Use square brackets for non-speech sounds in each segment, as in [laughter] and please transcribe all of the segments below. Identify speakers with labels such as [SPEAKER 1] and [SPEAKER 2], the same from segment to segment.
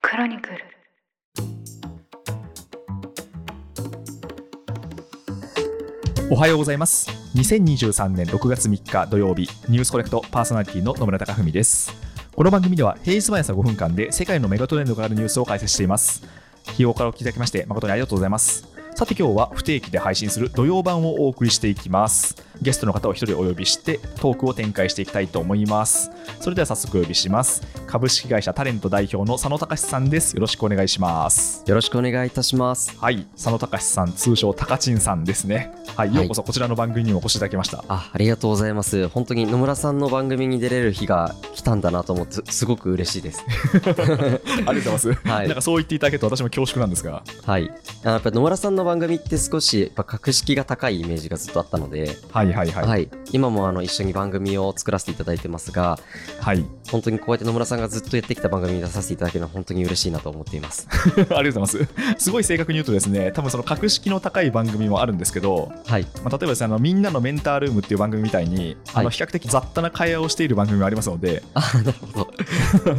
[SPEAKER 1] クロニクル
[SPEAKER 2] おはようございます2023年6月3日土曜日ニュースコネクトパーソナリティの野村貴文ですこの番組では平日毎朝5分間で世界のメガトレンドがあるニュースを解説しています費用からお聞きいただきまして誠にありがとうございますさて今日は不定期で配信する土曜版をお送りしていきますゲストの方を一人お呼びしてトークを展開していきたいと思いますそれでは早速お呼びします株式会社タレント代表の佐野隆さんですよろしくお願いします
[SPEAKER 3] よろしくお願いいたします。
[SPEAKER 2] はい佐野隆さん通称たかちんさんですねはいようこそこちらの番組にもお越しいただきました
[SPEAKER 3] あ、ありがとうございます。本当に野村さんの番組に出れる日が来たんだなと思って、すごく嬉しい [laughs] です。
[SPEAKER 2] [laughs] ありがとうございます。
[SPEAKER 3] はい
[SPEAKER 2] なんかそう言っていただけると私も恐縮なんですが。
[SPEAKER 3] はい。あやっぱ野村さんの番組って少し、やっぱ格式が高いイメージがずっとあったので、
[SPEAKER 2] はいはいは。
[SPEAKER 3] はいい。
[SPEAKER 2] はい。
[SPEAKER 3] 今もあの一緒に番組を作らせていただいてますが、
[SPEAKER 2] [laughs]
[SPEAKER 3] 本当にこうやって野村さんがずっとやってきた番組に出させていただけるのは本当に嬉しいなと思っています。
[SPEAKER 2] ありがとうございます。すごい正確に言うとですね、多分その格式の高い番組もあるんですけど、
[SPEAKER 3] はい。
[SPEAKER 2] まあ、例えばですね、あのみんなのメンタールームっていう番組みたいに、あの
[SPEAKER 3] はい
[SPEAKER 2] 比較的雑多な会話をしている番組もありますので、
[SPEAKER 3] あ、なるほ ど。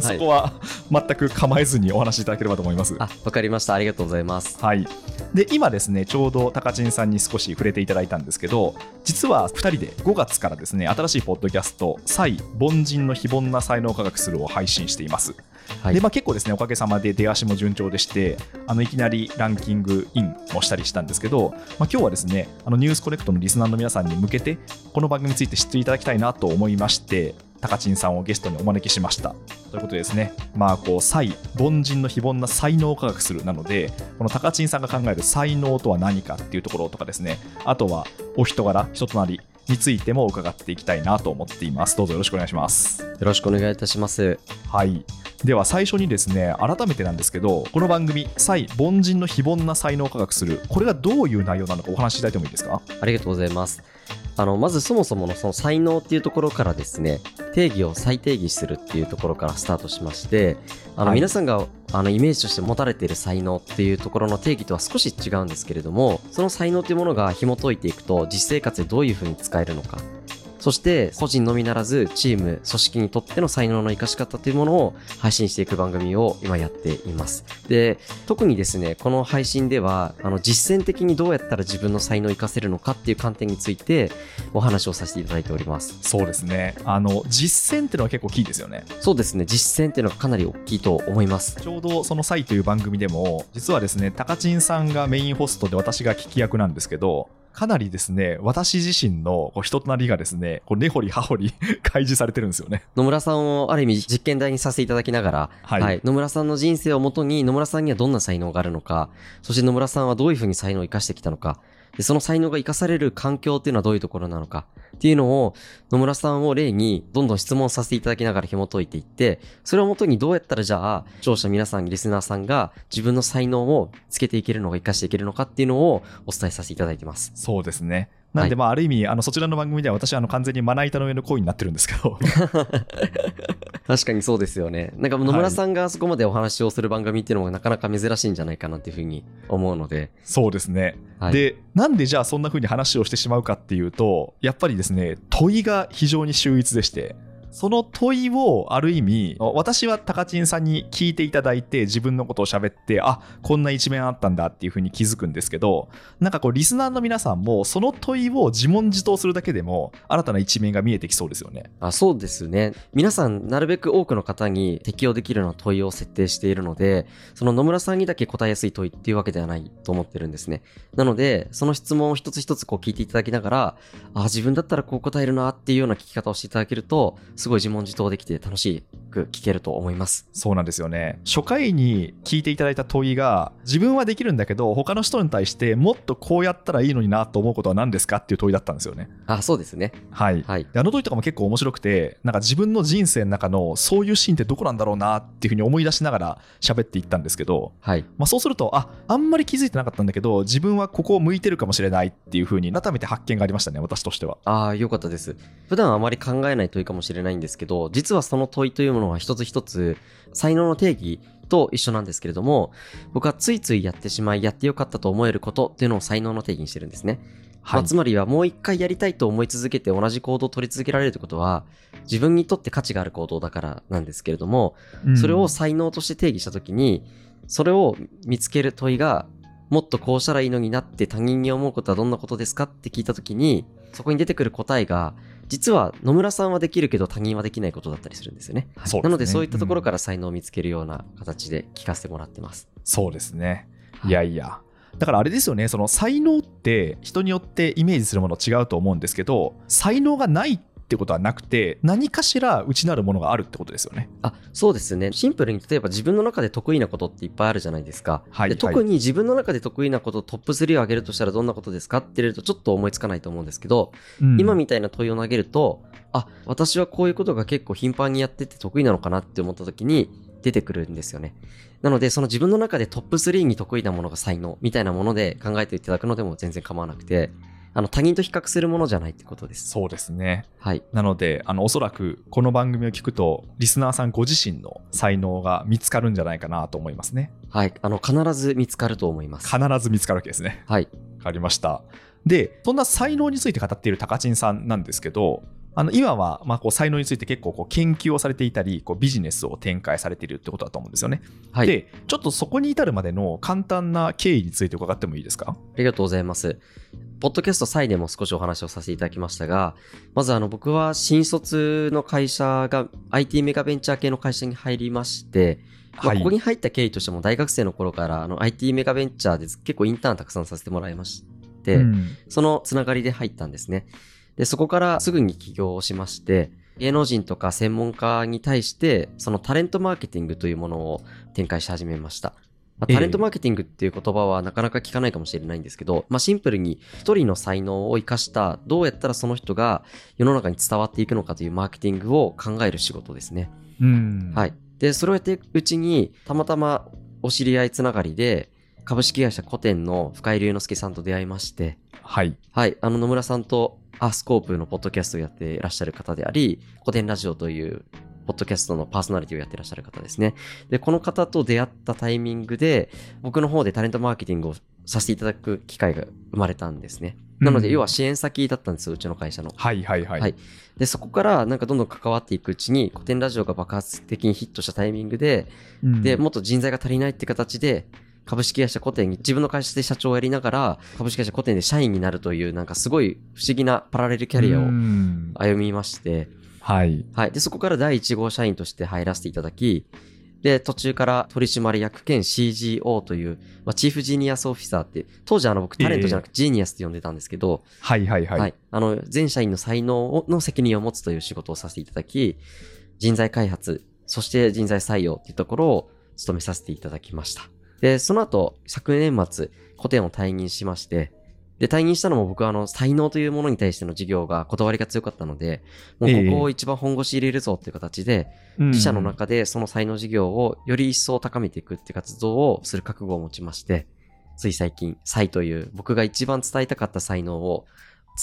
[SPEAKER 2] [laughs] そこは全く構えずにお話しいただければと思います。
[SPEAKER 3] あ、わかりました。ありがとうございます。
[SPEAKER 2] はい、で今ですねちょうど高知さんに少し触れていただいたんですけど実は2人で5月からですね新しいポッドキャスト「サイ凡人の非凡な才能科学する」を配信しています、
[SPEAKER 3] はい
[SPEAKER 2] でまあ、結構ですねおかげさまで出足も順調でしてあのいきなりランキングインもしたりしたんですけど、まあ、今日はですねあのニュースコネクトのリスナーの皆さんに向けてこの番組について知っていただきたいなと思いまして高知さんをゲストにお招きしましたということでですねまあこう「才凡人の非凡な才能を科学する」なのでこの高知さんが考える才能とは何かっていうところとかですねあとはお人柄人となりについても伺っていきたいなと思っていますどうぞよろしくお願いします
[SPEAKER 3] よろしくお願いいたします。
[SPEAKER 2] はいでは最初にですね改めてなんですけどこの番組「才凡人の非凡な才能を科学する」これがどういう内容なのかお話しいただいてもいいですか
[SPEAKER 3] ありがとうございます。あの、まずそもそものその才能っていうところからですね、定義を再定義するっていうところからスタートしまして、あの、
[SPEAKER 2] はい
[SPEAKER 3] 皆さんが、あの、イメージとして持たれている才能っていうところの定義とは少し違うんですけれども、その才能っていうものが紐解いていくと、実生活でどういうふうに使えるのか。そして、個人のみならず、チーム、組織にとっての才能の活かし方というものを配信していく番組を今やっています。で、特にですねこの配信ではあの実践的にどうやったら自分の才能を生かせるのかっていう観点についてお話をさせていただいております
[SPEAKER 2] そうですねあの実践っていうのは結構キーですよね
[SPEAKER 3] そうですね実践っていうのがかなり大きいと思います
[SPEAKER 2] ちょうどその「サイ」という番組でも実はですね高知さんがメインホストで私が聞き役なんですけどかなりですね私自身のこう人となりがですねこう根掘り葉掘り [laughs] 開示されてるんですよね。
[SPEAKER 3] 野村さんをある意味実験台にさせていただきながら、
[SPEAKER 2] はい
[SPEAKER 3] 野村さんの人生をもとに野村さんにはどんな才能があるのかそして野村さんはどういうふうに才能を生かしてきたのかでその才能が生かされる環境っていうのはどういうところなのかっていうのを野村さんを例にどんどん質問させていただきながら紐解いていって、それをもとにどうやったらじゃあ、視聴者皆さん、リスナーさんが自分の才能をつけていけるのか、活かしていけるのかっていうのをお伝えさせていただいてます。
[SPEAKER 2] そうですねなんで、
[SPEAKER 3] はい
[SPEAKER 2] まあ、ある意味あのそちらの番組では私はあの完全にまな板の上の恋になってるんですけど [laughs]
[SPEAKER 3] 確かにそうですよね。なんか野
[SPEAKER 2] はい
[SPEAKER 3] 村さんがそこまでお話をする番組っていうのがなかなか珍しいんじゃないかなっていうふうに思うので。
[SPEAKER 2] そうですね、
[SPEAKER 3] はい、
[SPEAKER 2] でなんでじゃあそんな風に話をしてしまうかっていうとやっぱりですね問いが非常に秀逸でしてその問いをある意味私は高知さんに聞いていただいて自分のことを喋ってあこんな一面あったんだっていう風に気づくんですけどなんかこうリスナーの皆さんもその問いを自問自答するだけでも新たな一面が見えてきそうですよね。
[SPEAKER 3] あそうですね。皆さん、なるべく多くの方に適用できるような問いを設定しているので、その野村さんにだけ答えやすい問いっていうわけではないと思ってるんですね。なので、その質問を一つ一つこう聞いていただきながら、あ、自分だったらこう答えるなっていうような聞き方をしていただけると、すごい自問自答できて楽しく聞けると思います。
[SPEAKER 2] そうなんですよね初回に聞いていただいた問いが自分はできるんだけど他の人に対してもっとこうやったらいいのになと思うことは何ですかっていう問いだったんですよね
[SPEAKER 3] あ、そうですね。
[SPEAKER 2] はい
[SPEAKER 3] はい。
[SPEAKER 2] であの問いとかも結構面白くてなんか自分の人生の中のそういうシーンってどこなんだろうなっていうふうに思い出しながら喋っていったんですけど、
[SPEAKER 3] はい。
[SPEAKER 2] まあ、そうするとああんまり気づいてなかったんだけど自分はここを向いてるかもしれないっていうふうに改めて発見がありましたね私としては
[SPEAKER 3] ああ、よかったです。普段あまり考えない問いかもしれないんですけど、実はその問いというものは一つ一つ、才能の定義と一緒なんですけれども、僕はついついやってしまい、やってよかったと思えることっていうのを才能の定義にしてるんですね。
[SPEAKER 2] はい
[SPEAKER 3] まあつまりはもう一回やりたいと思い続けて同じ行動を取り続けられるってことは、自分にとって価値がある行動だからなんですけれども、それを才能として定義したときに、それを見つける問いが、もっとこうしたらいいのになって他人に思うことはどんなことですかって聞いたときに、そこに出てくる答えが、実は野村さんはできるけど他人はできないことだったりするんですよね。
[SPEAKER 2] はいそうですね
[SPEAKER 3] なのでそういったところから才能を見つけるような形で聞かせてもらってます。
[SPEAKER 2] そうですね。いやいや。だからあれですよね、その才能って人によってイメージするもの違うと思うんですけど、才能がないってことはなくて、何かしら内なるものがあるってことですよね。
[SPEAKER 3] あそうですねシンプルに例えば自分の中で得意なことっていっぱいあるじゃないですか、
[SPEAKER 2] はい
[SPEAKER 3] で
[SPEAKER 2] はい
[SPEAKER 3] 特に自分の中で得意なことトップ3を挙げるとしたらどんなことですかって言われるとちょっと思いつかないと思うんですけど、今みたいな問いを投げるとあ私はこういうことが結構頻繁にやってて得意なのかなって思った時に出てくるんですよねなのでその自分の中でトップ3に得意なものが才能みたいなもので考えていただくのでも全然構わなくてあの他人と比較するものじゃないってことです
[SPEAKER 2] そうですね。
[SPEAKER 3] はい
[SPEAKER 2] なので、あのおそらくこの番組を聞くと、リスナーさんご自身の才能が見つかるんじゃないかなと思いますね。
[SPEAKER 3] はいあの必ず見つかると思います
[SPEAKER 2] 必ず見つかるわけですね。
[SPEAKER 3] はい
[SPEAKER 2] わかりました。で、そんな才能について語っている高知さんなんですけど、あの今はまあこう才能について結構こう研究をされていたり、こうビジネスを展開されているってことだと思うんですよね。
[SPEAKER 3] はい
[SPEAKER 2] で、ちょっとそこに至るまでの簡単な経緯について伺ってもいいですか
[SPEAKER 3] ありがとうございます。ポッドキャスト際でも少しお話をさせていただきましたが、まずあの僕は新卒の会社が IT メガベンチャー系の会社に入りまして、まあここに入った経緯としても大学生の頃からあの IT メガベンチャーで結構インターンたくさんさせてもらいまして、
[SPEAKER 2] うん
[SPEAKER 3] そのつながりで入ったんですね。で、そこからすぐに起業をしまして、芸能人とか専門家に対して、そのタレントマーケティングというものを展開し始めました。まあ
[SPEAKER 2] ええ
[SPEAKER 3] タレントマーケティングっていう言葉はなかなか聞かないかもしれないんですけど、まあ、シンプルに一人の才能を生かした、どうやったらその人が世の中に伝わっていくのかというマーケティングを考える仕事ですね。
[SPEAKER 2] うん
[SPEAKER 3] はい。で、それをやっていくうちに、たまたまお知り合いつながりで、株式会社古典の深井龍之介さんと出会いまして、
[SPEAKER 2] はい。
[SPEAKER 3] はい、あの野村さんとアースコープのポッドキャストをやっていらっしゃる方であり、古典ラジオというポッドキャストのパーソナリティをやっていらっしゃる方ですね。で、この方と出会ったタイミングで、僕の方でタレントマーケティングをさせていただく機会が生まれたんですね。なので、
[SPEAKER 2] うん
[SPEAKER 3] 要は支援先だったんですよ、うちの会社の。
[SPEAKER 2] はいはいはい。
[SPEAKER 3] はいで、そこからなんかどんどん関わっていくうちに、古典ラジオが爆発的にヒットしたタイミングで、
[SPEAKER 2] うん
[SPEAKER 3] で、もっと人材が足りないって形で、株式会社古典に自分の会社で社長をやりながら、株式会社古典で社員になるという、なんかすごい不思議なパラレルキャリア
[SPEAKER 2] う
[SPEAKER 3] を
[SPEAKER 2] ん
[SPEAKER 3] 歩みまして、
[SPEAKER 2] はい。
[SPEAKER 3] はい。で、そこから第1号社員として入らせていただき、で、途中から取締役兼 CGO という、まあ、チーフジーニアスオフィサーって、当時あの僕タレントじゃなくてジーニアスって呼んでたんですけど、
[SPEAKER 2] はいはいはい。
[SPEAKER 3] はい、あの全社員の才能をの責任を持つという仕事をさせていただき人材開発そして人材採用というところを務めさせていただきましたでその後昨年末古典を退任しましてで退任したのも僕はあの才能というものに対しての事業が断りが強かったのでもうここを一番本腰入れるぞっていう形で、
[SPEAKER 2] うん
[SPEAKER 3] 自社の中でその才能事業をより一層高めていくって活動をする覚悟を持ちまして、つい最近、サイという僕が一番伝えたかった才能を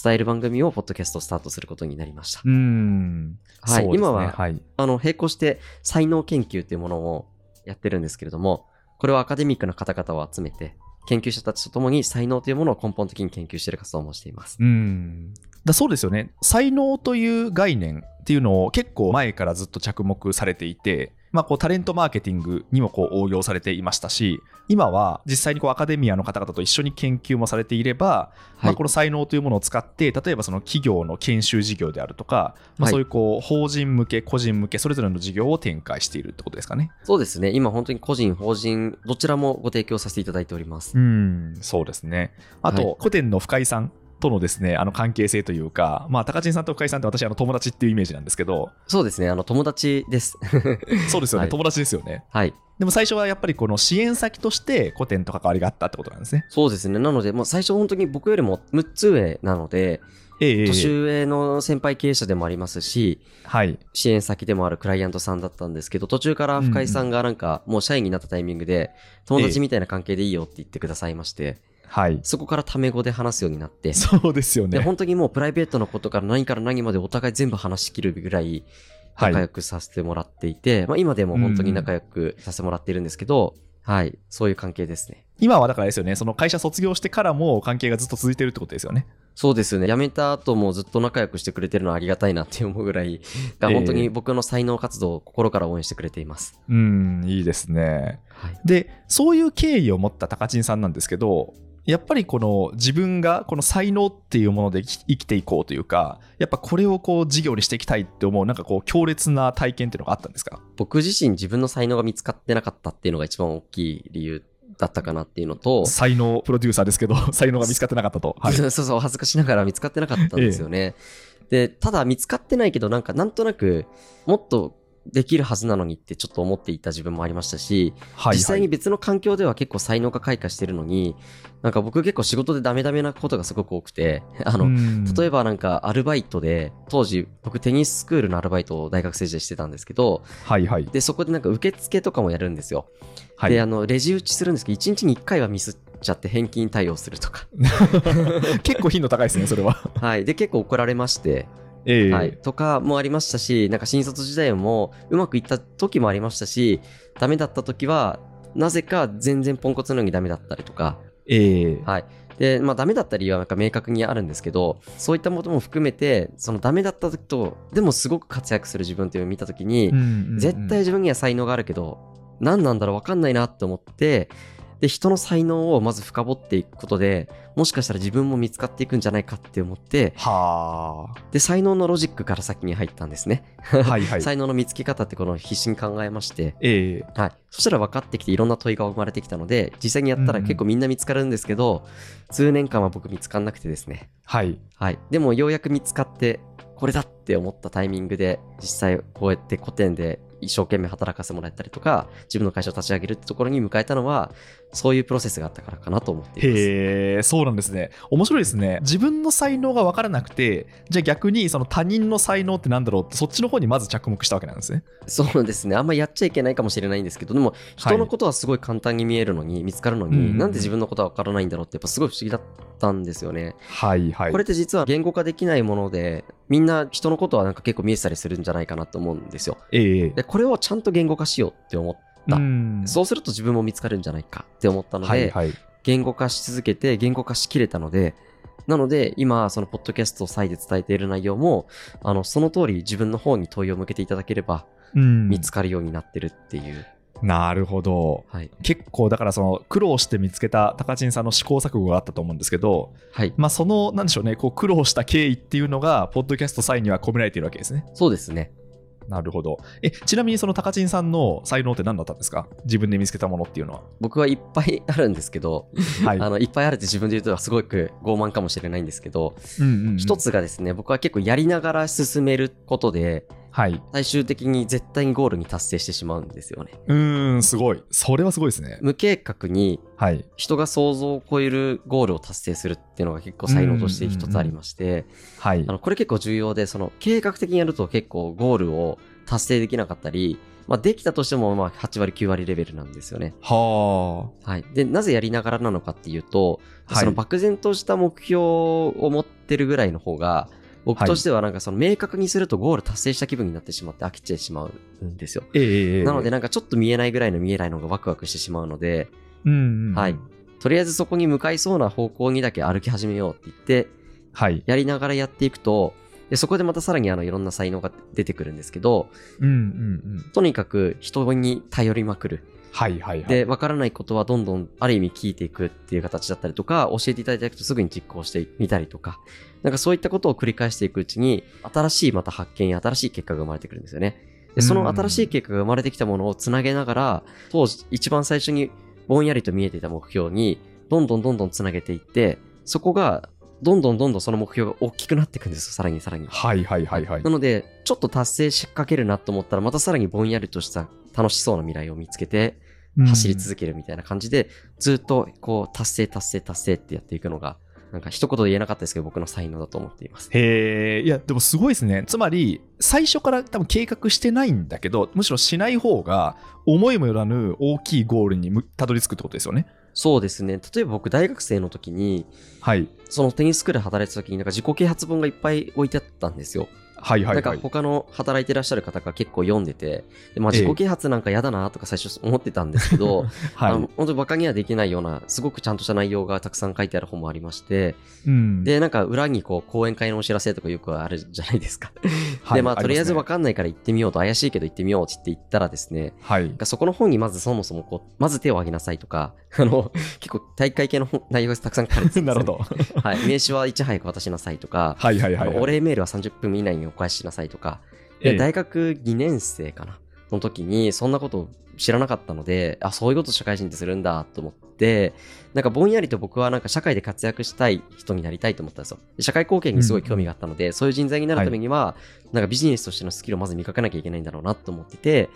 [SPEAKER 3] 伝える番組をポッドキャストスタートすることになりました。
[SPEAKER 2] うん。
[SPEAKER 3] はい、
[SPEAKER 2] そうですね
[SPEAKER 3] 今は、
[SPEAKER 2] はい。
[SPEAKER 3] あの、並行して才能研究っていうものをやってるんですけれども、これはアカデミックな方々を集めて、研究者たちと共に才能というものを根本的に研究している活動もしています。
[SPEAKER 2] うんだそうですよね才能という概念っていうのを結構前からずっと着目されていて、まあ、こうタレントマーケティングにもこう応用されていましたし今は実際にこうアカデミアの方々と一緒に研究もされていれば、ま
[SPEAKER 3] は
[SPEAKER 2] あ、
[SPEAKER 3] い
[SPEAKER 2] こ。の才能というものを使って例えばその企業の研修事業であるとか、ま
[SPEAKER 3] は
[SPEAKER 2] あ、
[SPEAKER 3] い
[SPEAKER 2] そういうこう法人向け個人向けそれぞれの事業を展開しているってことですかね。
[SPEAKER 3] そうですね。今本当に個人、法人、どちらもご提供させていただいております。
[SPEAKER 2] うん、そうですね。あと、
[SPEAKER 3] はい
[SPEAKER 2] 古典の深井さんとのですね、あの関係性というか、まあ、高知さんと深井さんって私、あの友達っていうイメージなんですけ
[SPEAKER 3] [laughs]
[SPEAKER 2] ど、
[SPEAKER 3] そうですね。あの、友達です。 [laughs]
[SPEAKER 2] そうですよね、
[SPEAKER 3] はい
[SPEAKER 2] 友達ですよね。
[SPEAKER 3] はい。
[SPEAKER 2] でも最初はやっぱりこの支援先として古典と関わりがあったってことなんですね。
[SPEAKER 3] そうですね。なので、もう最初本当に僕よりも6つ上なので、
[SPEAKER 2] ええ
[SPEAKER 3] 年上の先輩経営者でもありますし、
[SPEAKER 2] はい。
[SPEAKER 3] 支援先でもあるクライアントさんだったんですけど、途中から深井さんがなんか、もう社員になったタイミングで、友達みたいな関係でいいよって言ってくださいまして、
[SPEAKER 2] はい。
[SPEAKER 3] そこからタメ語で話すようになって、
[SPEAKER 2] そうですよ
[SPEAKER 3] で、
[SPEAKER 2] ね。
[SPEAKER 3] 本当にもうプライベートのことから何から何までお互い全部話しきるぐらい、
[SPEAKER 2] はい
[SPEAKER 3] 仲良くさせてもらっていて、まあ今でも本当に仲良くさせてもらっているんですけど、はい、そういう関係ですね。
[SPEAKER 2] 今はだからあれですよね、その会社卒業してからも関係がずっと続いてるってことですよね。
[SPEAKER 3] そうですね。辞めた後もずっと仲良くしてくれてるのはありがたいなって思うぐらい、が
[SPEAKER 2] ええ
[SPEAKER 3] 本当に僕の才能活動を心から応援してくれています。
[SPEAKER 2] うん、いいですね。
[SPEAKER 3] はい。
[SPEAKER 2] で、そういう経緯を持った高知さんなんですけど、やっぱりこの自分がこの才能っていうもので生き生きていこうというか、やっぱこれをこう事業にしていきたいって思う、なんかこう強烈な体験っていうのがあったんですか
[SPEAKER 3] 僕自身自分の才能が見つかってなかったっていうのが一番大きい理由だったかなっていうのと、
[SPEAKER 2] 才能プロデューサーですけど、 [laughs] 才能が見つかってなかったと。はい、
[SPEAKER 3] [laughs] そうそう、お恥ずかしながら見つかってなかったんですよね。で、ただ見つかってないけど、なんかなんとなく、もっとできるはずなのにってちょっと思っていた自分もありましたし、
[SPEAKER 2] はい
[SPEAKER 3] 実際に別の環境では結構才能が開花してるのに、なんか僕結構仕事でダメダメなことがすごく多くて、あの、例え
[SPEAKER 2] ば、
[SPEAKER 3] ばなんかアルバイトで、当時僕テニススクールのアルバイトを大学生時代してたんですけど、
[SPEAKER 2] はいはい
[SPEAKER 3] で、そこでなんか受付とかもやるんですよ。
[SPEAKER 2] はい、
[SPEAKER 3] で、あの、レジ打ちするんですけど、1日に1回はミスっちゃって返金対応する
[SPEAKER 2] [laughs]
[SPEAKER 3] とか。
[SPEAKER 2] 結構頻度高いですね、それ
[SPEAKER 3] [laughs]
[SPEAKER 2] は。
[SPEAKER 3] はい。で、結構怒られまして、
[SPEAKER 2] ええ
[SPEAKER 3] はい。とかもありましたし、なんか新卒時代もうまくいった時もありましたし、ダメだった時は、なぜか全然ポンコツなのにダメだったりとか、
[SPEAKER 2] ええ
[SPEAKER 3] はい。で、まあダメだった理由はなんか明確にあるんですけど、そういったことも含めて、そのダメだった時と、でもすごく活躍する自分っていうのを見た時に
[SPEAKER 2] うん、うんうん
[SPEAKER 3] 絶対自分には才能があるけど、何なんだろう分かんないなって思って、で、人の才能をまず深掘っていくことで、もしかしたら自分も見つかっていくんじゃないかって思って、
[SPEAKER 2] は
[SPEAKER 3] で、才能のロジックから先に入ったんですね。
[SPEAKER 2] あ。はい
[SPEAKER 3] [laughs]
[SPEAKER 2] はい。
[SPEAKER 3] 才能の見つけ方ってこの必死に考えまして、
[SPEAKER 2] ええ
[SPEAKER 3] はい。そしたら分かってきていろんな問いが生まれてきたので、実際にやったら結構みんな見つかるんですけど、数年間は僕見つかんなくてですね。
[SPEAKER 2] はい。
[SPEAKER 3] はい。でもようやく見つかって、これだって思ったタイミングで、実際こうやって古典で一生懸命働かせてもらったりとか、自分の会社を立ち上げるってところに迎えたのは、そういうプロセスがあったからかなと思っています。
[SPEAKER 2] へえ、そうなんですね。面白いですね。自分の才能が分からなくて、じゃあ逆にその他人の才能ってなんだろうって、そっちの方にまず着目したわけなんですね。
[SPEAKER 3] そうですね。あんまやっちゃいけないかもしれないんですけど、でも人の
[SPEAKER 2] はい
[SPEAKER 3] ことはすごい簡単に見えるのに、見つかるの
[SPEAKER 2] うん
[SPEAKER 3] に、なんで自分のことはわからないんだろうって、やっぱすごい不思議だったんですよね。
[SPEAKER 2] はいはい。
[SPEAKER 3] これって実は言語化できないもので、みんな人のことはなんか結構見えてたりするんじゃないかなと思うんですよ。
[SPEAKER 2] ええ
[SPEAKER 3] で、これをちゃんと言語化しようって思った
[SPEAKER 2] うん
[SPEAKER 3] そうすると自分も見つかるんじゃないかって思ったので、
[SPEAKER 2] はいはい。
[SPEAKER 3] 言語化し続けて、言語化しきれたので、なので、今、その、ポッドキャストを再で伝えている内容も、あの、その通り自分の方に問いを向けていただければ、
[SPEAKER 2] うん
[SPEAKER 3] 見つかるようになってるっていう。
[SPEAKER 2] なるほど。
[SPEAKER 3] はい。
[SPEAKER 2] 結構だからその苦労して見つけた高知さんの試行錯誤があったと思うんですけど、
[SPEAKER 3] はい。
[SPEAKER 2] まあ、そのなんでしょうねこう苦労した経緯っていうのがポッドキャスト際には込められているわけですね。
[SPEAKER 3] そうですね。
[SPEAKER 2] なるほど。え、ちなみにその高知さんの才能って何だったんですか自分で見つけたものって [laughs] いうのは。
[SPEAKER 3] 僕はいっぱいあるんですけど、
[SPEAKER 2] はい。
[SPEAKER 3] あの、いっぱいあるって自分で言うとはすごく傲慢かもしれないんですけど、
[SPEAKER 2] うんうんうん
[SPEAKER 3] 一。つがですね、僕は結構やりながら進めることで、
[SPEAKER 2] はい。
[SPEAKER 3] 最終的に絶対にゴールに達成してしまうんですよね。
[SPEAKER 2] うーん、すごい。それはすごいですね。
[SPEAKER 3] 無計画に
[SPEAKER 2] はい。
[SPEAKER 3] 人が想像を超えるゴールを達成するっていうのが結構才能として一つありまして、
[SPEAKER 2] はい
[SPEAKER 3] あ。の、これ結構重要で、その計画的にやると結構ゴールを達成できなかったり、まあできたとしてもまあ8割9割レベルなんですよね。
[SPEAKER 2] は
[SPEAKER 3] はい。で、なぜやりながらなのかっていうと、
[SPEAKER 2] はい
[SPEAKER 3] その漠然とした目標を持ってるぐらいの方が、僕としてはなんかその明確にするとゴール達成した気分になってしまって飽きちゃいしまうんですよ。
[SPEAKER 2] あ。ええええ
[SPEAKER 3] なので、なんかちょっと見えないぐらいの見えないのがワクワクしてしまうので、
[SPEAKER 2] うん、うん。
[SPEAKER 3] はい。とりあえずそこに向かいそうな方向にだけ歩き始めようって言って、
[SPEAKER 2] はい。
[SPEAKER 3] やりながらやっていくと、でそこでまたさらにあのいろんな才能が出てくるんですけど、
[SPEAKER 2] うんうんうん。
[SPEAKER 3] とにかく人に頼りまくる。
[SPEAKER 2] はいはいはい。
[SPEAKER 3] で、わからないことはどんどんある意味聞いていくっていう形だったりとか、教えていただくとすぐに実行してみたりとか、なんかそういったことを繰り返していくうちに、新しいまた発見や新しい結果が生まれてくるんですよね。で、その新しい結果が生まれてきたものをつなげながら、当時一番最初にぼんやりと見えていた目標に、どんどんどんどんつなげていって、そこが、どんどんどんどんその目標が大きくなっていくんですよ、さらにさらに。
[SPEAKER 2] はいはいはいはい
[SPEAKER 3] な。ので、ちょっと達成しかけるなと思ったら、またさらにぼんやりとした楽しそうな未来を見つけて、走り続けるみたいな感じで、ずっとこう達成達成達成ってやっていくのが、なんか一言で言えなかったですけど、僕の才能だと思っています。
[SPEAKER 2] へえ、いや、でもすごいですね。つまり、最初から多分計画してないんだけど、むしろしない方が、思いもよらぬ大きいゴールにむたどり着くってことですよね。
[SPEAKER 3] そうですね。例えば僕大学生の時に、
[SPEAKER 2] はい。
[SPEAKER 3] そのテニススクールで働いてた時になんか自己啓発本がいっぱい置いてあったんですよ。
[SPEAKER 2] はいはいは
[SPEAKER 3] ないんか他の働いてらっしゃる方が結構読んでて、でまあ、
[SPEAKER 2] ええ
[SPEAKER 3] 自己啓発なんか嫌だなとか最初思ってたんですけど、
[SPEAKER 2] [laughs] はい
[SPEAKER 3] あの本当にバカにはできないようなすごくちゃんとした内容がたくさん書いてある本もありまして
[SPEAKER 2] うん
[SPEAKER 3] でなんか裏にこう講演会のお知らせとかよくあるじゃないですか。
[SPEAKER 2] はい
[SPEAKER 3] でまあとりあえず
[SPEAKER 2] りま
[SPEAKER 3] 分かんないから行ってみようと怪しいけど行ってみようって言って行ったらですね
[SPEAKER 2] すねはい
[SPEAKER 3] なん [laughs] かそこの本にまずそもそもこうまず手を挙げなさいとか [laughs] あの結構大会系の本内容がたくさん書かれてたんで
[SPEAKER 2] [laughs] な
[SPEAKER 3] すよ
[SPEAKER 2] るほど
[SPEAKER 3] はい、名刺はいち早く渡しなさいとか、
[SPEAKER 2] はいはいはい
[SPEAKER 3] あ
[SPEAKER 2] はい
[SPEAKER 3] のお礼メールは30分以内にお返ししなさいとか、
[SPEAKER 2] え
[SPEAKER 3] で
[SPEAKER 2] え
[SPEAKER 3] 大学2年生かなの時にそんなこと知らなかったのであそういうこと社会人ってするんだと思ってなんかぼんやりと僕はなんか社会で活躍したい人になりたいと思ったんですよで社会貢献にすごい興味があったので、そういう人材になるためには、なんかビジネスとしてのスキルをまず磨かなきゃいけないんだろうなと思ってて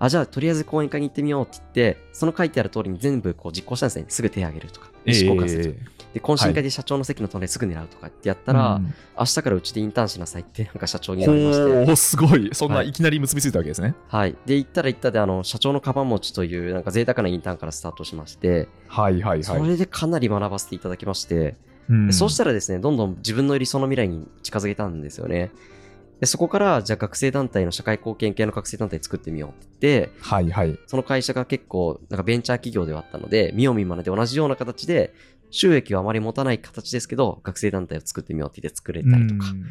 [SPEAKER 3] あじゃあとりあえず講演会に行ってみようって言ってその書いてある通りに全部こう実行したんですねすぐ手を挙げるとか
[SPEAKER 2] ええ
[SPEAKER 3] 意思交換するとか、
[SPEAKER 2] ええ
[SPEAKER 3] で懇親会で社長の席の隣すぐ狙うとかってやったら、
[SPEAKER 2] うん
[SPEAKER 3] 明日からうちでインターンしなさいってなんか社長に言われまして
[SPEAKER 2] ほうすごいそんな
[SPEAKER 3] はい
[SPEAKER 2] いきなり結びついたわけですね
[SPEAKER 3] はい。で、行ったら行ったで、あの、社長のカバン持ちという、なんか贅沢なインターンからスタートしまして、
[SPEAKER 2] はいはい
[SPEAKER 3] そ
[SPEAKER 2] はい
[SPEAKER 3] れでかなり学ばせていただきまして、
[SPEAKER 2] うん
[SPEAKER 3] でそうしたらですね、どんどん自分の理想の未来に近づけたんですよね。でそこから、じゃあ学生団体の社会貢献系の学生団体作ってみようって言って、
[SPEAKER 2] はいはい
[SPEAKER 3] その会社が結構、なんかベンチャー企業ではあったので、見よう見まねで同じような形で、収益はあまり持たない形ですけど、学生団体を作ってみようって言って作れたりとか、
[SPEAKER 2] うん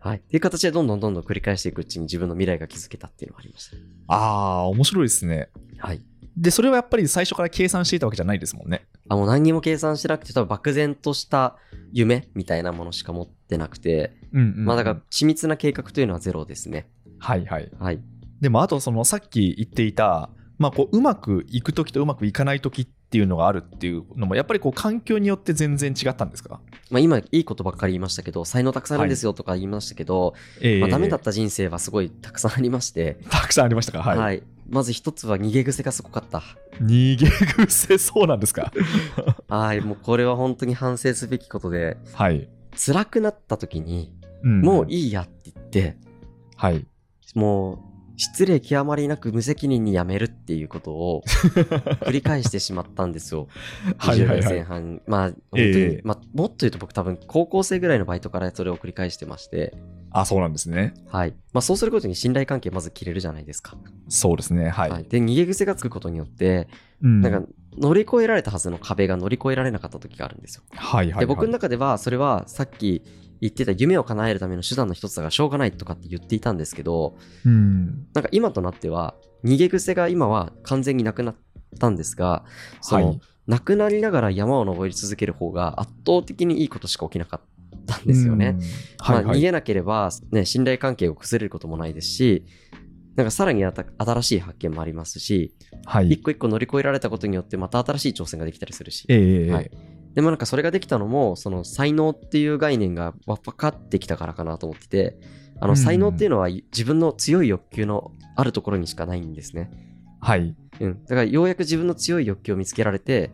[SPEAKER 3] はい。っていう形でどんどんどんどん繰り返していくうちに自分の未来が築けたっていうのがありました。
[SPEAKER 2] ああ面白いですね
[SPEAKER 3] はい。
[SPEAKER 2] でそれはやっぱり最初から計算していたわけじゃないですもんね
[SPEAKER 3] あもう何にも計算してなくて多分漠然とした夢みたいなものしか持ってなくて、
[SPEAKER 2] うん、
[SPEAKER 3] まあだから緻密な計画というのはゼロですね
[SPEAKER 2] はいはい
[SPEAKER 3] はい
[SPEAKER 2] でもあとそのさっき言っていた、まあ、こううまくいく時とうまくいかない時っていうのがあるっていうのもやっぱりこう環境によって全然違ったんですか、
[SPEAKER 3] まあ今いいことばっかり言いましたけど才能たくさんあるんですよとか言いましたけど、
[SPEAKER 2] え
[SPEAKER 3] まあダメだった人生はすごいたくさんありまして
[SPEAKER 2] たくさんありましたか
[SPEAKER 3] は、
[SPEAKER 2] はいい、
[SPEAKER 3] まず一つは逃げ癖がすごかった
[SPEAKER 2] 逃げ癖そうなんですか
[SPEAKER 3] はいもうこれは本当に反省すべきことで
[SPEAKER 2] はい、
[SPEAKER 3] 辛くなった時に
[SPEAKER 2] うん
[SPEAKER 3] もういいやって言って、
[SPEAKER 2] はい
[SPEAKER 3] もう失礼極まりなく無責任にやめるっていうこ
[SPEAKER 2] [laughs]
[SPEAKER 3] とを繰り返してしまったんですよ。
[SPEAKER 2] はいはいはい
[SPEAKER 3] 20代前半。まあ、本当に、
[SPEAKER 2] ええ
[SPEAKER 3] まあ、もっと言うと僕多分高校生ぐらいのバイトからそれを繰り返してまして、
[SPEAKER 2] あそうなんですね
[SPEAKER 3] はい。まあそうすることに信頼関係まず切れるじゃないですか。
[SPEAKER 2] そうですねはい、
[SPEAKER 3] はい、で、逃げ癖がつくことによって、
[SPEAKER 2] うん
[SPEAKER 3] なんか乗り越えられたはずの壁が乗り越えられなかった時があるんですよ。
[SPEAKER 2] はいはいはい
[SPEAKER 3] で、僕の中ではそれはさっき言ってた夢を叶えるための手段の一つだからしょうがないとかって言っていたんですけど、
[SPEAKER 2] うん
[SPEAKER 3] なんか今となっては、逃げ癖が今は完全になくなったんですが、その、
[SPEAKER 2] はい
[SPEAKER 3] なくなりながら山を登り続ける方が圧倒的にいいことしか起きなかったんですよ
[SPEAKER 2] う
[SPEAKER 3] ね
[SPEAKER 2] ん。はい
[SPEAKER 3] まあ、
[SPEAKER 2] は
[SPEAKER 3] 逃
[SPEAKER 2] い、
[SPEAKER 3] げなければ、ね、信頼関係を崩れることもないですし、なんかさらにあた新しい発見もありますし、
[SPEAKER 2] はい
[SPEAKER 3] 一個一個乗り越えられたことによってまた新しい挑戦ができたりするし、
[SPEAKER 2] ええ
[SPEAKER 3] はいでもなんかそれができたのも、その才能っていう概念がわ分かってきたからかなと思ってて、あ
[SPEAKER 2] う
[SPEAKER 3] の
[SPEAKER 2] ん
[SPEAKER 3] 才能っていうのは自分の強い欲求のあるところにしかないんですね。
[SPEAKER 2] はい
[SPEAKER 3] うん。だからようやく自分の強い欲求を見つけられて、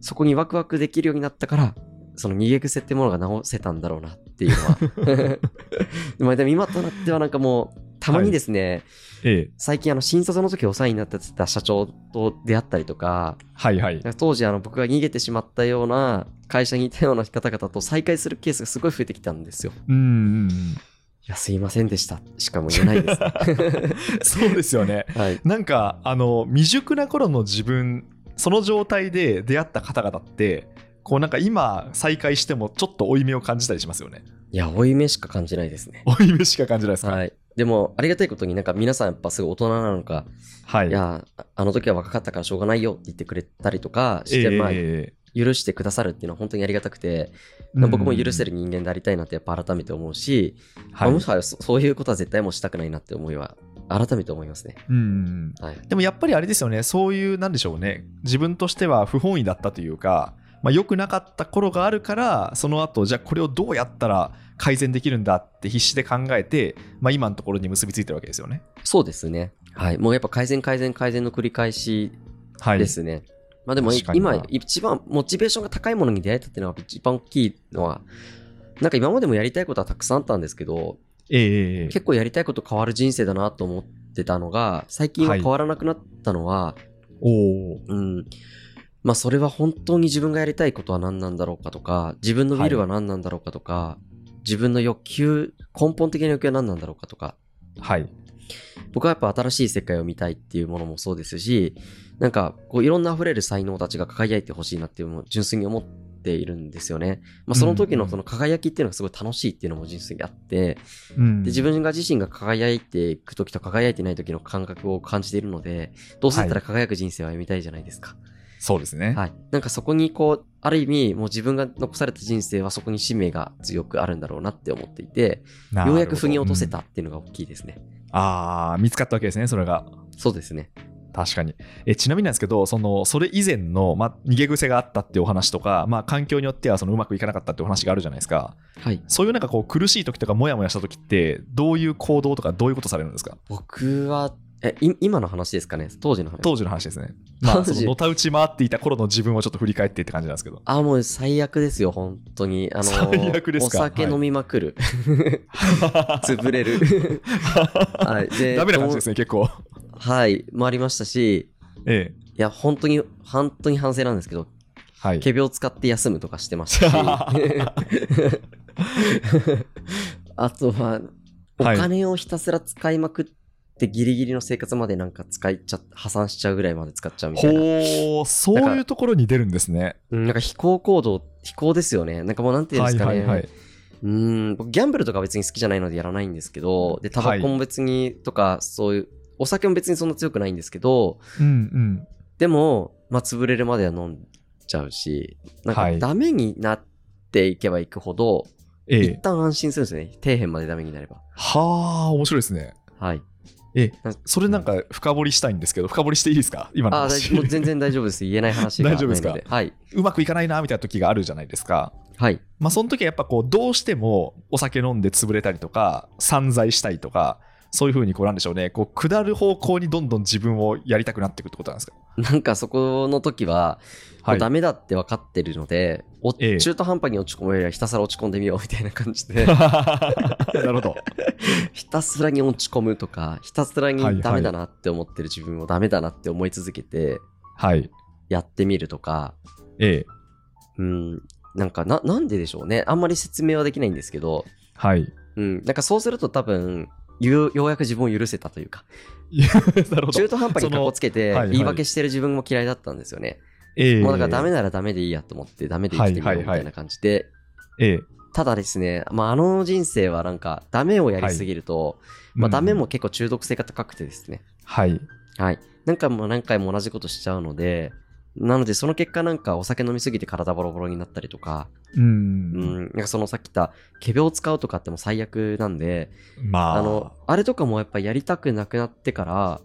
[SPEAKER 3] そこにワクワクできるようになったから、その逃げ癖ってものが直せたんだろうなっていうのは。 [laughs] まあでも今となってはなんかもう、たまにですね、
[SPEAKER 2] ええ
[SPEAKER 3] 最近あの新卒の時お世話になってた社長と出会ったりとか、
[SPEAKER 2] はいはい
[SPEAKER 3] なんか当時あの僕が逃げてしまったような会社にいたような方々と再会するケースがすごい増えてきたんですよ。
[SPEAKER 2] うんうんうん
[SPEAKER 3] いや、すいませんでした。しかも言えないです、ね。
[SPEAKER 2] [laughs] そうですよね
[SPEAKER 3] はい。
[SPEAKER 2] なんかあの未熟な頃の自分その状態で出会った方々ってこうなんか今再会してもちょっと負い目を感じたりしますよね [laughs]
[SPEAKER 3] いや、負い目しか感じないですね。
[SPEAKER 2] 負い目しか感じないですか
[SPEAKER 3] はい。でも、ありがたいことになんか皆さんやっぱすごい大人なのか、
[SPEAKER 2] はい
[SPEAKER 3] いや、ああの時は若かったからしょうがないよって言ってくれたりとかして、まあ、
[SPEAKER 2] え
[SPEAKER 3] 許してくださるっていうのは本当にありがたく
[SPEAKER 2] う
[SPEAKER 3] て、
[SPEAKER 2] ん
[SPEAKER 3] 僕も許せる人間でありたいなってやっぱ改めて思うし、
[SPEAKER 2] え
[SPEAKER 3] まあ
[SPEAKER 2] はい
[SPEAKER 3] もしかそそういうことは絶対もうしたくないなって思いは、改めて思いますね。
[SPEAKER 2] うん
[SPEAKER 3] はい。
[SPEAKER 2] でもやっぱりあれですよねそういうなんでしょうね自分としては不本意だったというかまあ、良くなかった頃があるからその後じゃあこれをどうやったら改善できるんだって必死で考えて、まあ、今のところに結びついてるわけですよね。
[SPEAKER 3] そうですね。はい。もうやっぱ改善改善改善の繰り返し
[SPEAKER 2] はい、
[SPEAKER 3] ですね。まあでも
[SPEAKER 2] 確かにな
[SPEAKER 3] 今一番モチベーションが高いものに出会えたっていうのが一番大きいのは、なんか今までもやりたいことはたくさんあったんですけど、
[SPEAKER 2] ええええ
[SPEAKER 3] 結構やりたいこと変わる人生だなと思ってたのが、最近は変わらなくなったのは、
[SPEAKER 2] おー
[SPEAKER 3] うん。まあそれは本当に自分がやりたいことは何なんだろうかとか、自分のビルは何なんだろうかとか、自分の欲求、根本的な欲求は何なんだろうかとか、
[SPEAKER 2] はい。
[SPEAKER 3] 僕はやっぱ新しい世界を見たいっていうものもそうですし、なんかこういろんな溢れる才能たちが輝いてほしいなっていうのも純粋に思っているんですよね。まあその
[SPEAKER 2] う
[SPEAKER 3] 時
[SPEAKER 2] んう
[SPEAKER 3] の
[SPEAKER 2] ん
[SPEAKER 3] その輝きっていうのがすごい楽しいっていうのも純粋にあって、
[SPEAKER 2] うん
[SPEAKER 3] で自分が自身が輝いていく時と輝いてない時の感覚を感じているので、どうせだったら輝く人生を歩みたいじゃないですか。
[SPEAKER 2] そうですね。
[SPEAKER 3] はい。なんかそこにこう、ある意味もう自分が残された人生はそこに使命が強くあるんだろうなって思っていて、
[SPEAKER 2] なるほ
[SPEAKER 3] よう
[SPEAKER 2] ど
[SPEAKER 3] やく腑に落とせたっていうのが大きいですね。
[SPEAKER 2] ああ、見つかったわけですね、それが。
[SPEAKER 3] そうですね。
[SPEAKER 2] 確かにえちなみになんですけどそのそれ以前の、まあ、逃げ癖があったっていうお話とか、まあ、環境によってはそのうまくいかなかったってお話があるじゃないですか
[SPEAKER 3] はい。
[SPEAKER 2] そういうなんかこう苦しい時とかモヤモヤした時ってどういう行動とかどういうことされるんですか
[SPEAKER 3] 僕は、え、い今の話ですかね当時の話。
[SPEAKER 2] 当時の話ですね、まあ、
[SPEAKER 3] 当時
[SPEAKER 2] そののたうち回っていた頃の自分をちょっと振り返ってって感じなんですけ
[SPEAKER 3] [laughs]
[SPEAKER 2] ど
[SPEAKER 3] あ、もう最悪ですよ、本当に。あの、
[SPEAKER 2] 最悪ですか
[SPEAKER 3] お酒飲みまくる。潰れる。はい。
[SPEAKER 2] [laughs]
[SPEAKER 3] で
[SPEAKER 2] ダメな感じですね結構
[SPEAKER 3] とはい。もありましたし、
[SPEAKER 2] ええ
[SPEAKER 3] いや、本当に、本当に反省なんですけど、
[SPEAKER 2] はい
[SPEAKER 3] 仮病使って休むとかして
[SPEAKER 2] [laughs]
[SPEAKER 3] ましたし。あとは、お
[SPEAKER 2] はい
[SPEAKER 3] 金をひたすら使いまくって、ギリギリの生活までなんか使いちゃ、破産しちゃうぐらいまで使っちゃうみたいな。
[SPEAKER 2] ほうそういうところに出るんですね
[SPEAKER 3] うんなんか飛行行動、飛行ですよね。なんかもうなんていうんで
[SPEAKER 2] は
[SPEAKER 3] す
[SPEAKER 2] い
[SPEAKER 3] かね。
[SPEAKER 2] はいはい、
[SPEAKER 3] うん、僕ギャンブルとか別に好きじゃないのでやらないんですけど、で、タバコも別に、とか、そういう、お酒も別にそんな強くないんですけど、
[SPEAKER 2] うんうん
[SPEAKER 3] でも、まあ、潰れるまでは飲んじゃうし、なん
[SPEAKER 2] は
[SPEAKER 3] か
[SPEAKER 2] い
[SPEAKER 3] ダメになっていけばいくほど、
[SPEAKER 2] え
[SPEAKER 3] 一
[SPEAKER 2] え
[SPEAKER 3] 旦安心するんですよね。底辺までダメになれば。
[SPEAKER 2] はあ面白いですね
[SPEAKER 3] はい。
[SPEAKER 2] え
[SPEAKER 3] なん
[SPEAKER 2] それなんか深掘りしたいんですけど深掘りしていいですか今の
[SPEAKER 3] ああ、
[SPEAKER 2] 話 [laughs]
[SPEAKER 3] 大もう全然大丈夫です。言えない話がないの
[SPEAKER 2] 大丈夫です
[SPEAKER 3] はい。
[SPEAKER 2] うまくいかないなみたいな時があるじゃないですか
[SPEAKER 3] はい。
[SPEAKER 2] まあその時はやっぱこうどうしてもお酒飲んで潰れたりとか散財したりとかそういうふうにこうなんでしょうねこう下る方向にどんどん自分をやりたくなっていくってことなんですか
[SPEAKER 3] なんかそこの時は、も
[SPEAKER 2] は
[SPEAKER 3] う
[SPEAKER 2] い
[SPEAKER 3] ダメだって分かってるので、お
[SPEAKER 2] ええ
[SPEAKER 3] 中途半端に落ち込むよりはひたすら落ち込んでみようみたいな感じ
[SPEAKER 2] [laughs] な
[SPEAKER 3] で。
[SPEAKER 2] るほど
[SPEAKER 3] [laughs] ひたすらに落ち込むとか、ひたすらにダメだなって思ってる自分をダメだなって思い続けて
[SPEAKER 2] はい
[SPEAKER 3] やってみるとか、
[SPEAKER 2] ええ
[SPEAKER 3] うん、なんかな、なんででしょうね。あんまり説明はできないんですけど、
[SPEAKER 2] はい
[SPEAKER 3] うん、 [laughs] なんかそうすると多分、ようようやく自分を許せたというか、
[SPEAKER 2] なるほど
[SPEAKER 3] 中途半端に
[SPEAKER 2] その
[SPEAKER 3] かこつけて
[SPEAKER 2] はいはい
[SPEAKER 3] 言い訳してる自分も嫌いだったんですよね。
[SPEAKER 2] ええ
[SPEAKER 3] もうだからダメならダメでいいやと思って、ダメで生きてみようみたいな感じで、
[SPEAKER 2] ええ
[SPEAKER 3] ただですね、まあ、あの人生はなんか、ダメをやりすぎると、まあ、ダメも結構中毒性が高くてですね、
[SPEAKER 2] はい
[SPEAKER 3] はい。何回も何回も同じことしちゃうので、なのでその結果なんかお酒飲みすぎて体ボロボロになったりとか、
[SPEAKER 2] う
[SPEAKER 3] うんん、なんかそのさっき言った、仮病を使うとかってもう最悪なんで、
[SPEAKER 2] まあ
[SPEAKER 3] あの、あれとかもやっぱやりたくなくなってから、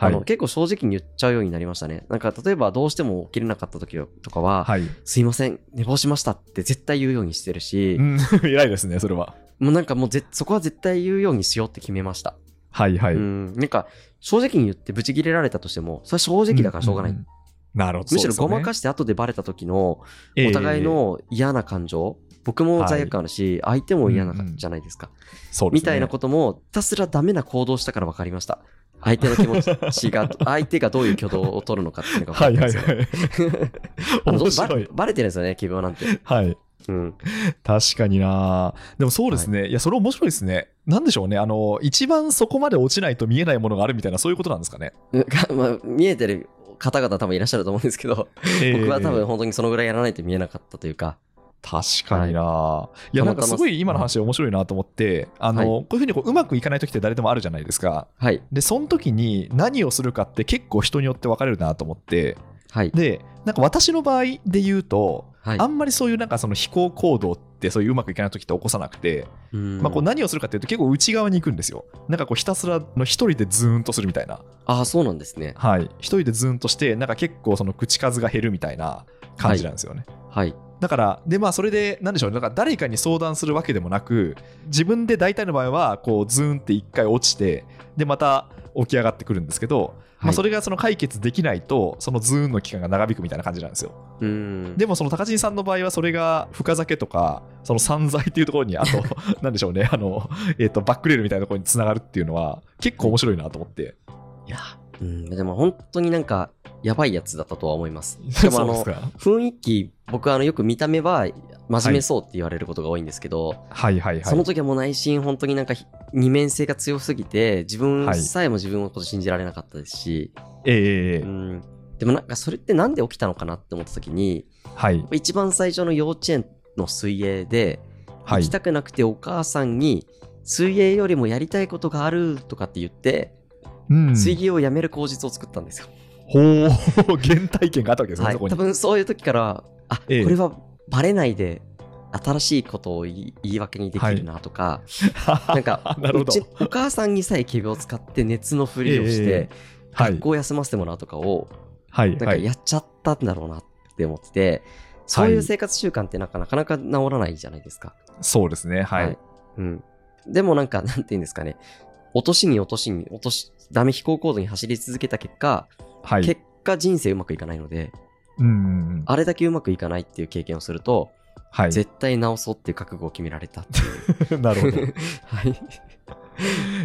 [SPEAKER 2] は
[SPEAKER 3] あ
[SPEAKER 2] い
[SPEAKER 3] の結構正直に言っちゃうようになりましたね。なんか例えばどうしても起きれなかった時とかは、
[SPEAKER 2] はい、
[SPEAKER 3] すいません、寝坊しましたって絶対言うようにしてるし、
[SPEAKER 2] うん [laughs] 偉いですねそれは
[SPEAKER 3] もうなんかもうぜそこは絶対言うようにしようって決めました。
[SPEAKER 2] はいはい、
[SPEAKER 3] うん、なんか正直に言ってブチ切れられたとしても、それは正直だからしょうがない。
[SPEAKER 2] んんなるほど
[SPEAKER 3] むしろごま
[SPEAKER 2] し
[SPEAKER 3] かして後でバレた時の
[SPEAKER 2] ええ
[SPEAKER 3] お互いの嫌な感情、僕も罪悪感あるし、相手も嫌なか
[SPEAKER 2] うんうん
[SPEAKER 3] じゃないですか、
[SPEAKER 2] そうですね
[SPEAKER 3] みたいなこともひたすらダメな行動したから分かりました相手の気持
[SPEAKER 2] [laughs]
[SPEAKER 3] ちが相手がどういう挙動を取るのかっていうのが分か
[SPEAKER 2] は
[SPEAKER 3] り
[SPEAKER 2] い
[SPEAKER 3] ま
[SPEAKER 2] はい
[SPEAKER 3] すよ
[SPEAKER 2] はい。
[SPEAKER 3] [laughs] あの
[SPEAKER 2] 面
[SPEAKER 3] バ
[SPEAKER 2] 白い。
[SPEAKER 3] バレてるんですよね奇病なんて、
[SPEAKER 2] はい。
[SPEAKER 3] うん、
[SPEAKER 2] 確かになでもそうですね。い、や、それ面白いですね。なんでしょうね。あの、一番そこまで落ちないと見えないものがあるみたいな、そういうことなんですかね。
[SPEAKER 3] がまあ、見えてる方々多分いらっしゃると思うんですけど、僕は多分
[SPEAKER 2] えー。
[SPEAKER 3] 本当にそのぐらいやらないと見えなかったというか
[SPEAKER 2] 確かにな、い、や、なんかすごい今の話面白いなと思って、あの、こういうふうにこううまくいかない時って誰でもあるじゃないですか。
[SPEAKER 3] はい
[SPEAKER 2] で、その時に何をするかって結構人によって分かれるなと思って、
[SPEAKER 3] はい
[SPEAKER 2] で、なんか私の場合で言うと、
[SPEAKER 3] はい
[SPEAKER 2] あんまりそういうなんかその飛行行動ってそういううまくいかない時って起こさなくて、まあ、こう
[SPEAKER 3] うん
[SPEAKER 2] 何をするかっていうと結構内側に行くんですよなんかこうひたすらの一人でズーンとするみたいな
[SPEAKER 3] ああそうなんですね
[SPEAKER 2] はい一人でズーンとしてなんか結構その口数が減るみたいな感じなんですよね、
[SPEAKER 3] はい
[SPEAKER 2] だからでまあそれで何でしょうねだから誰かに相談するわけでもなく自分で大体の場合はこうズーンって一回落ちてでまた起き上がってくるんですけど、ま
[SPEAKER 3] は
[SPEAKER 2] あ、
[SPEAKER 3] い
[SPEAKER 2] それがその解決できないとそのズーンの期間が長引くみたいな感じなんですよ
[SPEAKER 3] うん
[SPEAKER 2] でもその高知さんの場合はそれが深酒とかその散財っていうところにあ
[SPEAKER 3] [laughs]
[SPEAKER 2] となんでしょうねあの、えー、とバックレールみたいなところにつながるっていうのは結構面白いなと思って。
[SPEAKER 3] い
[SPEAKER 2] [laughs]
[SPEAKER 3] や、うん、でも本当になんか、
[SPEAKER 2] [laughs]
[SPEAKER 3] やばいやつだったとは思います。
[SPEAKER 2] そ
[SPEAKER 3] でもあ
[SPEAKER 2] うで
[SPEAKER 3] の
[SPEAKER 2] す、か
[SPEAKER 3] 雰囲気、僕はあのよく見た目は、真面目そうって言われることが多いんですけど、
[SPEAKER 2] はいはいは
[SPEAKER 3] その
[SPEAKER 2] い。
[SPEAKER 3] 時はもう内心本当になんかひ二面性が強すぎて自分さえも自分のこと信じられなかったですし、
[SPEAKER 2] ええ
[SPEAKER 3] うん、でもなんかそれってなんで起きたのかなって思った時に
[SPEAKER 2] はい
[SPEAKER 3] 一番最初の幼稚園の水泳で
[SPEAKER 2] は
[SPEAKER 3] 行
[SPEAKER 2] い
[SPEAKER 3] き。たくなくてお母さんに水泳よりもやりたいことがあるとかって言って
[SPEAKER 2] うん
[SPEAKER 3] 水泳をやめる口実を作ったんですよ。
[SPEAKER 2] ほう、 [laughs] 原体験があったわけですね、
[SPEAKER 3] はい、
[SPEAKER 2] そこ
[SPEAKER 3] 多
[SPEAKER 2] に。
[SPEAKER 3] 分そういう時からあ、
[SPEAKER 2] ええ
[SPEAKER 3] これはバレないで新しいことを言い言い訳にできるなとか、なんか
[SPEAKER 2] [laughs] なるほ
[SPEAKER 3] う
[SPEAKER 2] ど
[SPEAKER 3] ち。お母さんにさえ仮病を使って熱のふりをして、
[SPEAKER 2] ええは
[SPEAKER 3] 学
[SPEAKER 2] い。
[SPEAKER 3] 校休ませてもらうとかを
[SPEAKER 2] はい。
[SPEAKER 3] なんか
[SPEAKER 2] はい。
[SPEAKER 3] やっちゃったんだろうなって思ってて、そういう生活習慣ってなんかなかなか治らないじゃないですか。
[SPEAKER 2] そうですね。はい。
[SPEAKER 3] うん、でもなんかなんて言うんですかね落としに落としに落としダメ飛行高度に走り続けた結果、
[SPEAKER 2] はい。
[SPEAKER 3] 結果人生うまくいかないので
[SPEAKER 2] うんうんうん。
[SPEAKER 3] あれだけうまくいかないっていう経験をすると
[SPEAKER 2] はい。
[SPEAKER 3] 絶対直そうっていう覚悟を決められたっていう。
[SPEAKER 2] [laughs] なるほど。
[SPEAKER 3] [laughs] はい。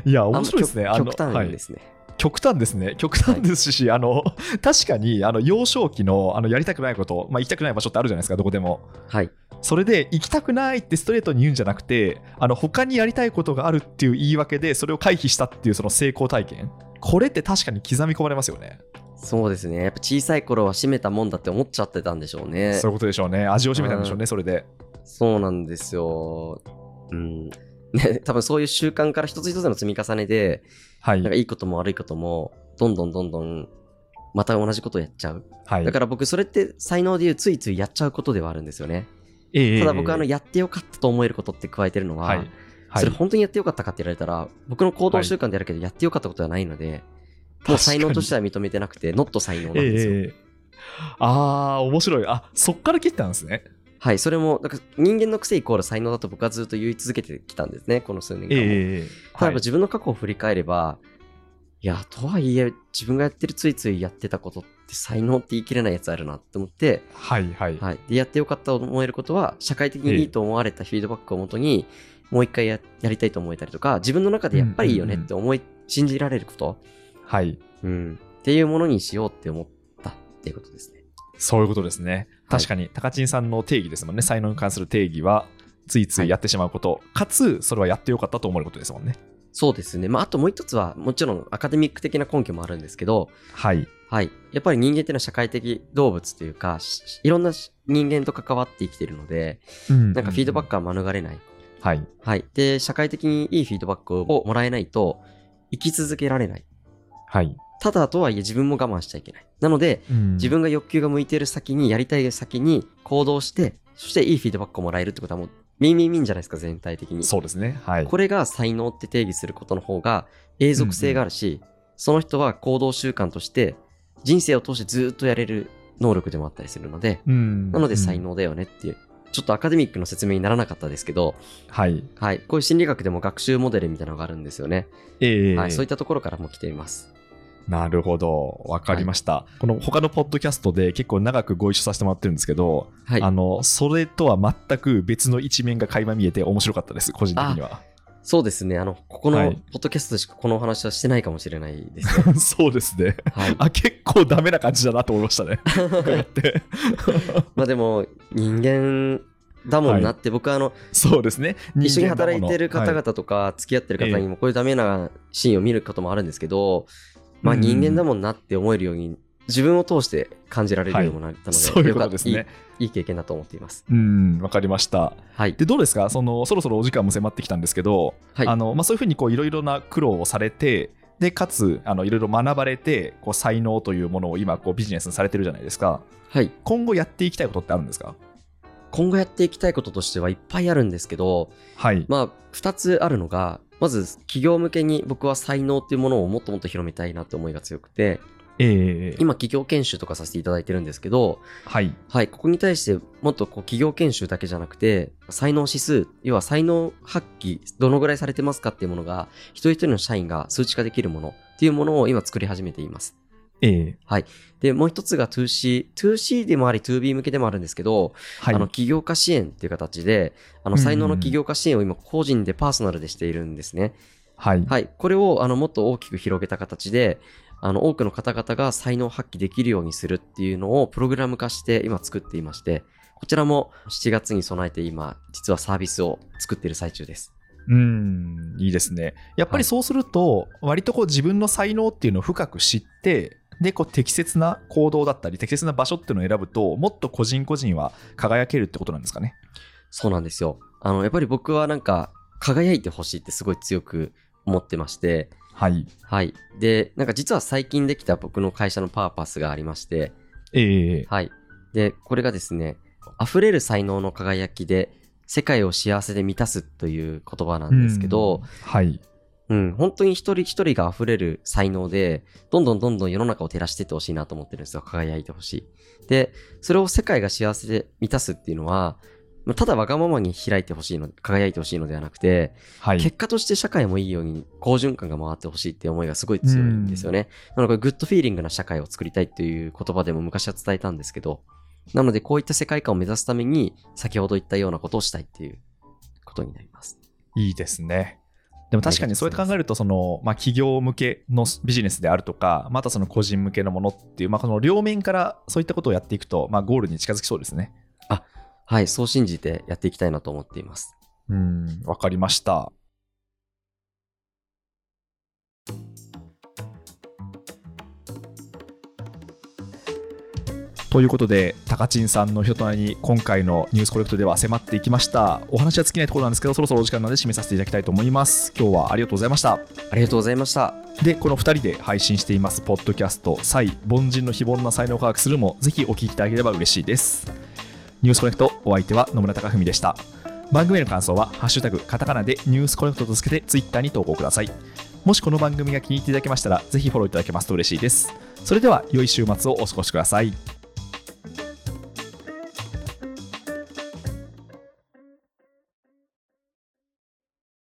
[SPEAKER 2] いや、面白いですね。
[SPEAKER 3] あ
[SPEAKER 2] あ
[SPEAKER 3] の
[SPEAKER 2] の
[SPEAKER 3] 極極
[SPEAKER 2] は
[SPEAKER 3] 端
[SPEAKER 2] い
[SPEAKER 3] ですね。
[SPEAKER 2] 極端ですね、極端ですし、あの確かにあの幼少期のあのやりたくないこと、まあ、行きたくない場所ってあるじゃないですか、どこでも。
[SPEAKER 3] はい。
[SPEAKER 2] それで行きたくないってストレートに言うんじゃなくて、あの他にやりたいことがあるっていう言い訳で、それを回避したっていうその成功体験、これって確かに刻み込まれますよね。
[SPEAKER 3] そうですね。やっぱ小さい頃は閉めたもんだって思っちゃってたんでしょうね。
[SPEAKER 2] そういうことでしょうね、味を占めたんでしょうね、それで。
[SPEAKER 3] そうなんですよ。うん。ね、 [laughs] 多分そういう習慣から一つ一つの積み重ねで、
[SPEAKER 2] はい
[SPEAKER 3] なんかいいことも悪いことも、どんどんどんどん、また同じことをやっちゃう。
[SPEAKER 2] はい、
[SPEAKER 3] だから僕、それって才能でいうついついやっちゃうことではあるんですよね。
[SPEAKER 2] ええ
[SPEAKER 3] ただ僕、あの、やってよかったと思えることって加えてるのは、
[SPEAKER 2] はいはい
[SPEAKER 3] それ本当にやってよかったかって言われたら、僕の行動習慣であるけど、やってよかったことはないので、もう才能としては認めてなくて、ノット才能なん
[SPEAKER 2] ええ
[SPEAKER 3] ですよ。
[SPEAKER 2] ええあー、面白い、あそっから切ったんですね。
[SPEAKER 3] はい、それも、なんか人間の癖イコール才能だと僕はずっと言い続けてきたんですね、この数年間
[SPEAKER 2] ええ
[SPEAKER 3] も。
[SPEAKER 2] ええ
[SPEAKER 3] 例えば
[SPEAKER 2] はい
[SPEAKER 3] 自分の過去を振り返れば、いや、とはいえ、自分がやってるついついやってたことって才能って言い切れないやつあるなって思って、
[SPEAKER 2] はいはい、
[SPEAKER 3] はい。で、やってよかったと思えることは、社会的にいいと思われたフィードバックをもとに、もう一回ややりたいと思えたりとか、自分の中でやっぱりいいよねって思い、信じられること、
[SPEAKER 2] はい
[SPEAKER 3] うん、っていうものにしようって思ったっていうことですね。
[SPEAKER 2] そういうことですね。
[SPEAKER 3] はい
[SPEAKER 2] 確かに、高知さんの定義ですもんね。才能に関する定義は、ついついやってしまうこと、かつ、それはやってよかったと思うことですもんね。
[SPEAKER 3] そうですね。まあ、あともう一つは、もちろんアカデミック的な根拠もあるんですけど、
[SPEAKER 2] はい。
[SPEAKER 3] はい。やっぱり人間っていうのは社会的動物というか、しいろんなし人間と関わって生きてるので、
[SPEAKER 2] な
[SPEAKER 3] なんかフィードバックは免れない。
[SPEAKER 2] はい。
[SPEAKER 3] はい。で、社会的にいいフィードバックをもらえないと、生き続けられない。
[SPEAKER 2] はい。
[SPEAKER 3] ただとはいえ自分も我慢しちゃいけない。なので、自分が欲求が向いてる先に、やりたい先に行動して、そしていいフィードバックをもらえるってことはもう、ミンミンミンじゃないですか、全体的に。
[SPEAKER 2] そうですね。はい。
[SPEAKER 3] これが才能って定義することの方が永続性があるし、その人は行動習慣として人生を通してずっとやれる能力でもあったりするので、
[SPEAKER 2] うん
[SPEAKER 3] なので才。能だよねっていう、ちょっとアカデミックの説明にならなかったですけど、
[SPEAKER 2] うんはい。
[SPEAKER 3] はい、こういう心理学でも学習モデルみたいなのがあるんですよね。
[SPEAKER 2] ええ
[SPEAKER 3] はい、そういったところからも来ています。
[SPEAKER 2] なるほど。わかりました、この他のポッドキャストで結構長くご一緒させてもらってるんですけど、
[SPEAKER 3] はい
[SPEAKER 2] あ、の、それとは全く別の一面が垣間見えて面白かったです、個人的には。
[SPEAKER 3] そうですね、あの、ここ
[SPEAKER 2] は
[SPEAKER 3] の
[SPEAKER 2] い
[SPEAKER 3] ポッドキャストでしかこのお話はしてないかもしれないですね。
[SPEAKER 2] [laughs] そうですね。 [laughs]
[SPEAKER 3] はい、
[SPEAKER 2] あ、結構ダメな感じだなと思いましたね。伺って。
[SPEAKER 3] まあでも人間だもんなって、僕はあの
[SPEAKER 2] そうですね。
[SPEAKER 3] 一緒に
[SPEAKER 2] 人間だも
[SPEAKER 3] 働い
[SPEAKER 2] の
[SPEAKER 3] てる方々
[SPEAKER 2] はい
[SPEAKER 3] とか付き合ってる方にもこういうダメなシーンを見ることもあるんですけど、まあ
[SPEAKER 2] うん
[SPEAKER 3] 人間だもんなって思えるように自分を通して感じられるようになっ
[SPEAKER 2] [laughs]
[SPEAKER 3] た
[SPEAKER 2] そう
[SPEAKER 3] の
[SPEAKER 2] い
[SPEAKER 3] で、
[SPEAKER 2] う
[SPEAKER 3] よ
[SPEAKER 2] こ
[SPEAKER 3] か
[SPEAKER 2] と
[SPEAKER 3] った
[SPEAKER 2] ですね。
[SPEAKER 3] いいいい経験だと思っています。
[SPEAKER 2] うん、わかりました。
[SPEAKER 3] はい。
[SPEAKER 2] で、どうですかその、そろそろお時間も迫ってきたんですけど、
[SPEAKER 3] はい
[SPEAKER 2] あのまあ、そういうふうにこういろいろな苦労をされて、でかつあのいろいろ学ばれてこう才能というものを今こうビジネスにされてるじゃないですか
[SPEAKER 3] はい。
[SPEAKER 2] 今後やっていきたいことってあるんですか
[SPEAKER 3] 今後やっていきたいこととしてはいっぱいあるんですけど、
[SPEAKER 2] はい
[SPEAKER 3] まあ2つあるのが、まず企業向けに僕は才能っていうものをもっともっと広めたいなって思いが強くて、
[SPEAKER 2] ええ
[SPEAKER 3] 今企業研修とかさせていただいてるんですけど、
[SPEAKER 2] はい
[SPEAKER 3] はい、ここに対してもっとこう企業研修だけじゃなくて才能指数要は才能発揮どのぐらいされてますかっていうものが一人一人の社員が数値化できるものっていうものを今作り始めています
[SPEAKER 2] ええ
[SPEAKER 3] でもう一つが 2C2C でもあり 2B 向けでもあるんですけど、
[SPEAKER 2] はい
[SPEAKER 3] あの起業家支援っていう形であ
[SPEAKER 2] う
[SPEAKER 3] の
[SPEAKER 2] んうん
[SPEAKER 3] 才能の起業家支援を今個人でパーソナルでしているんですね、
[SPEAKER 2] はい
[SPEAKER 3] はい、これをあのもっと大きく広げた形であの、多くの方々が才能を発揮できるようにするっていうのをプログラム化して今作っていまして、こちらも7月に備えて今、実はサービスを作っている最中です。
[SPEAKER 2] うん、いいですね。やっぱりそうすると、割とこう自分の才能っていうのを深く知って、でこう適切な行動だったり適切な場所っていうのを選ぶともっと個人個人は輝けるってことなんですかね
[SPEAKER 3] そうなんですよあのやっぱり僕はなんか輝いてほしいってすごい強く思ってまして
[SPEAKER 2] はい、
[SPEAKER 3] はい、でなんか実は最近できた僕の会社のパーパスがありまして
[SPEAKER 2] ええー、
[SPEAKER 3] はいでこれがですね溢れる才能の輝きで世界を幸せで満たすという言葉なんですけど、
[SPEAKER 2] はい
[SPEAKER 3] うん、本当に一人一人が溢れる才能で、どんどんどんどん世の中を照らしていってほしいなと思ってるんですよ。輝いてほしい。で、それを世界が幸せで満たすっていうのは、ただわがままに開いてほしいの、輝いてほしいのではなくて、はい、結果として社会もいいように好循環が回ってほしいっていう思いがすごい強いんですよね。なので、グッドフィーリングな社会を作りたいっていう言葉でも昔は伝えたんですけど、なので、こういった世界観を目指すために、先ほど言ったようなことをしたいっていうことになります。
[SPEAKER 2] いいですね。でも確かにそうやって考えるとその、まあ、企業向けのビジネスであるとかまたその個人向けのものっていう、まあ、この両面からそういったことをやっていくと、まあ、ゴールに近づきそうですね。
[SPEAKER 3] あはいそう信じてやっていきたいなと思っています。
[SPEAKER 2] うんわかりました。ということで、たかちんさんの人となりに今回のニュースコレクトでは迫っていきました。お話は尽きないところなんですけど、そろそろお時間なので締めさせていただきたいと思います。今日はありがとうございました。
[SPEAKER 3] ありがとうございました。
[SPEAKER 2] で、この2人で配信しています、ポッドキャスト、サイ、凡人の非凡な才能科学するも、ぜひお聞きいただければ嬉しいです。ニュースコレクト、お相手は野村貴文でした。番組への感想は、ハッシュタグ、カタカナでニュースコレクトとつけて Twitter に投稿ください。もしこの番組が気に入っていただけましたら、ぜひフォローいただけますと嬉しいです。それでは、良い週末をお過ごしください。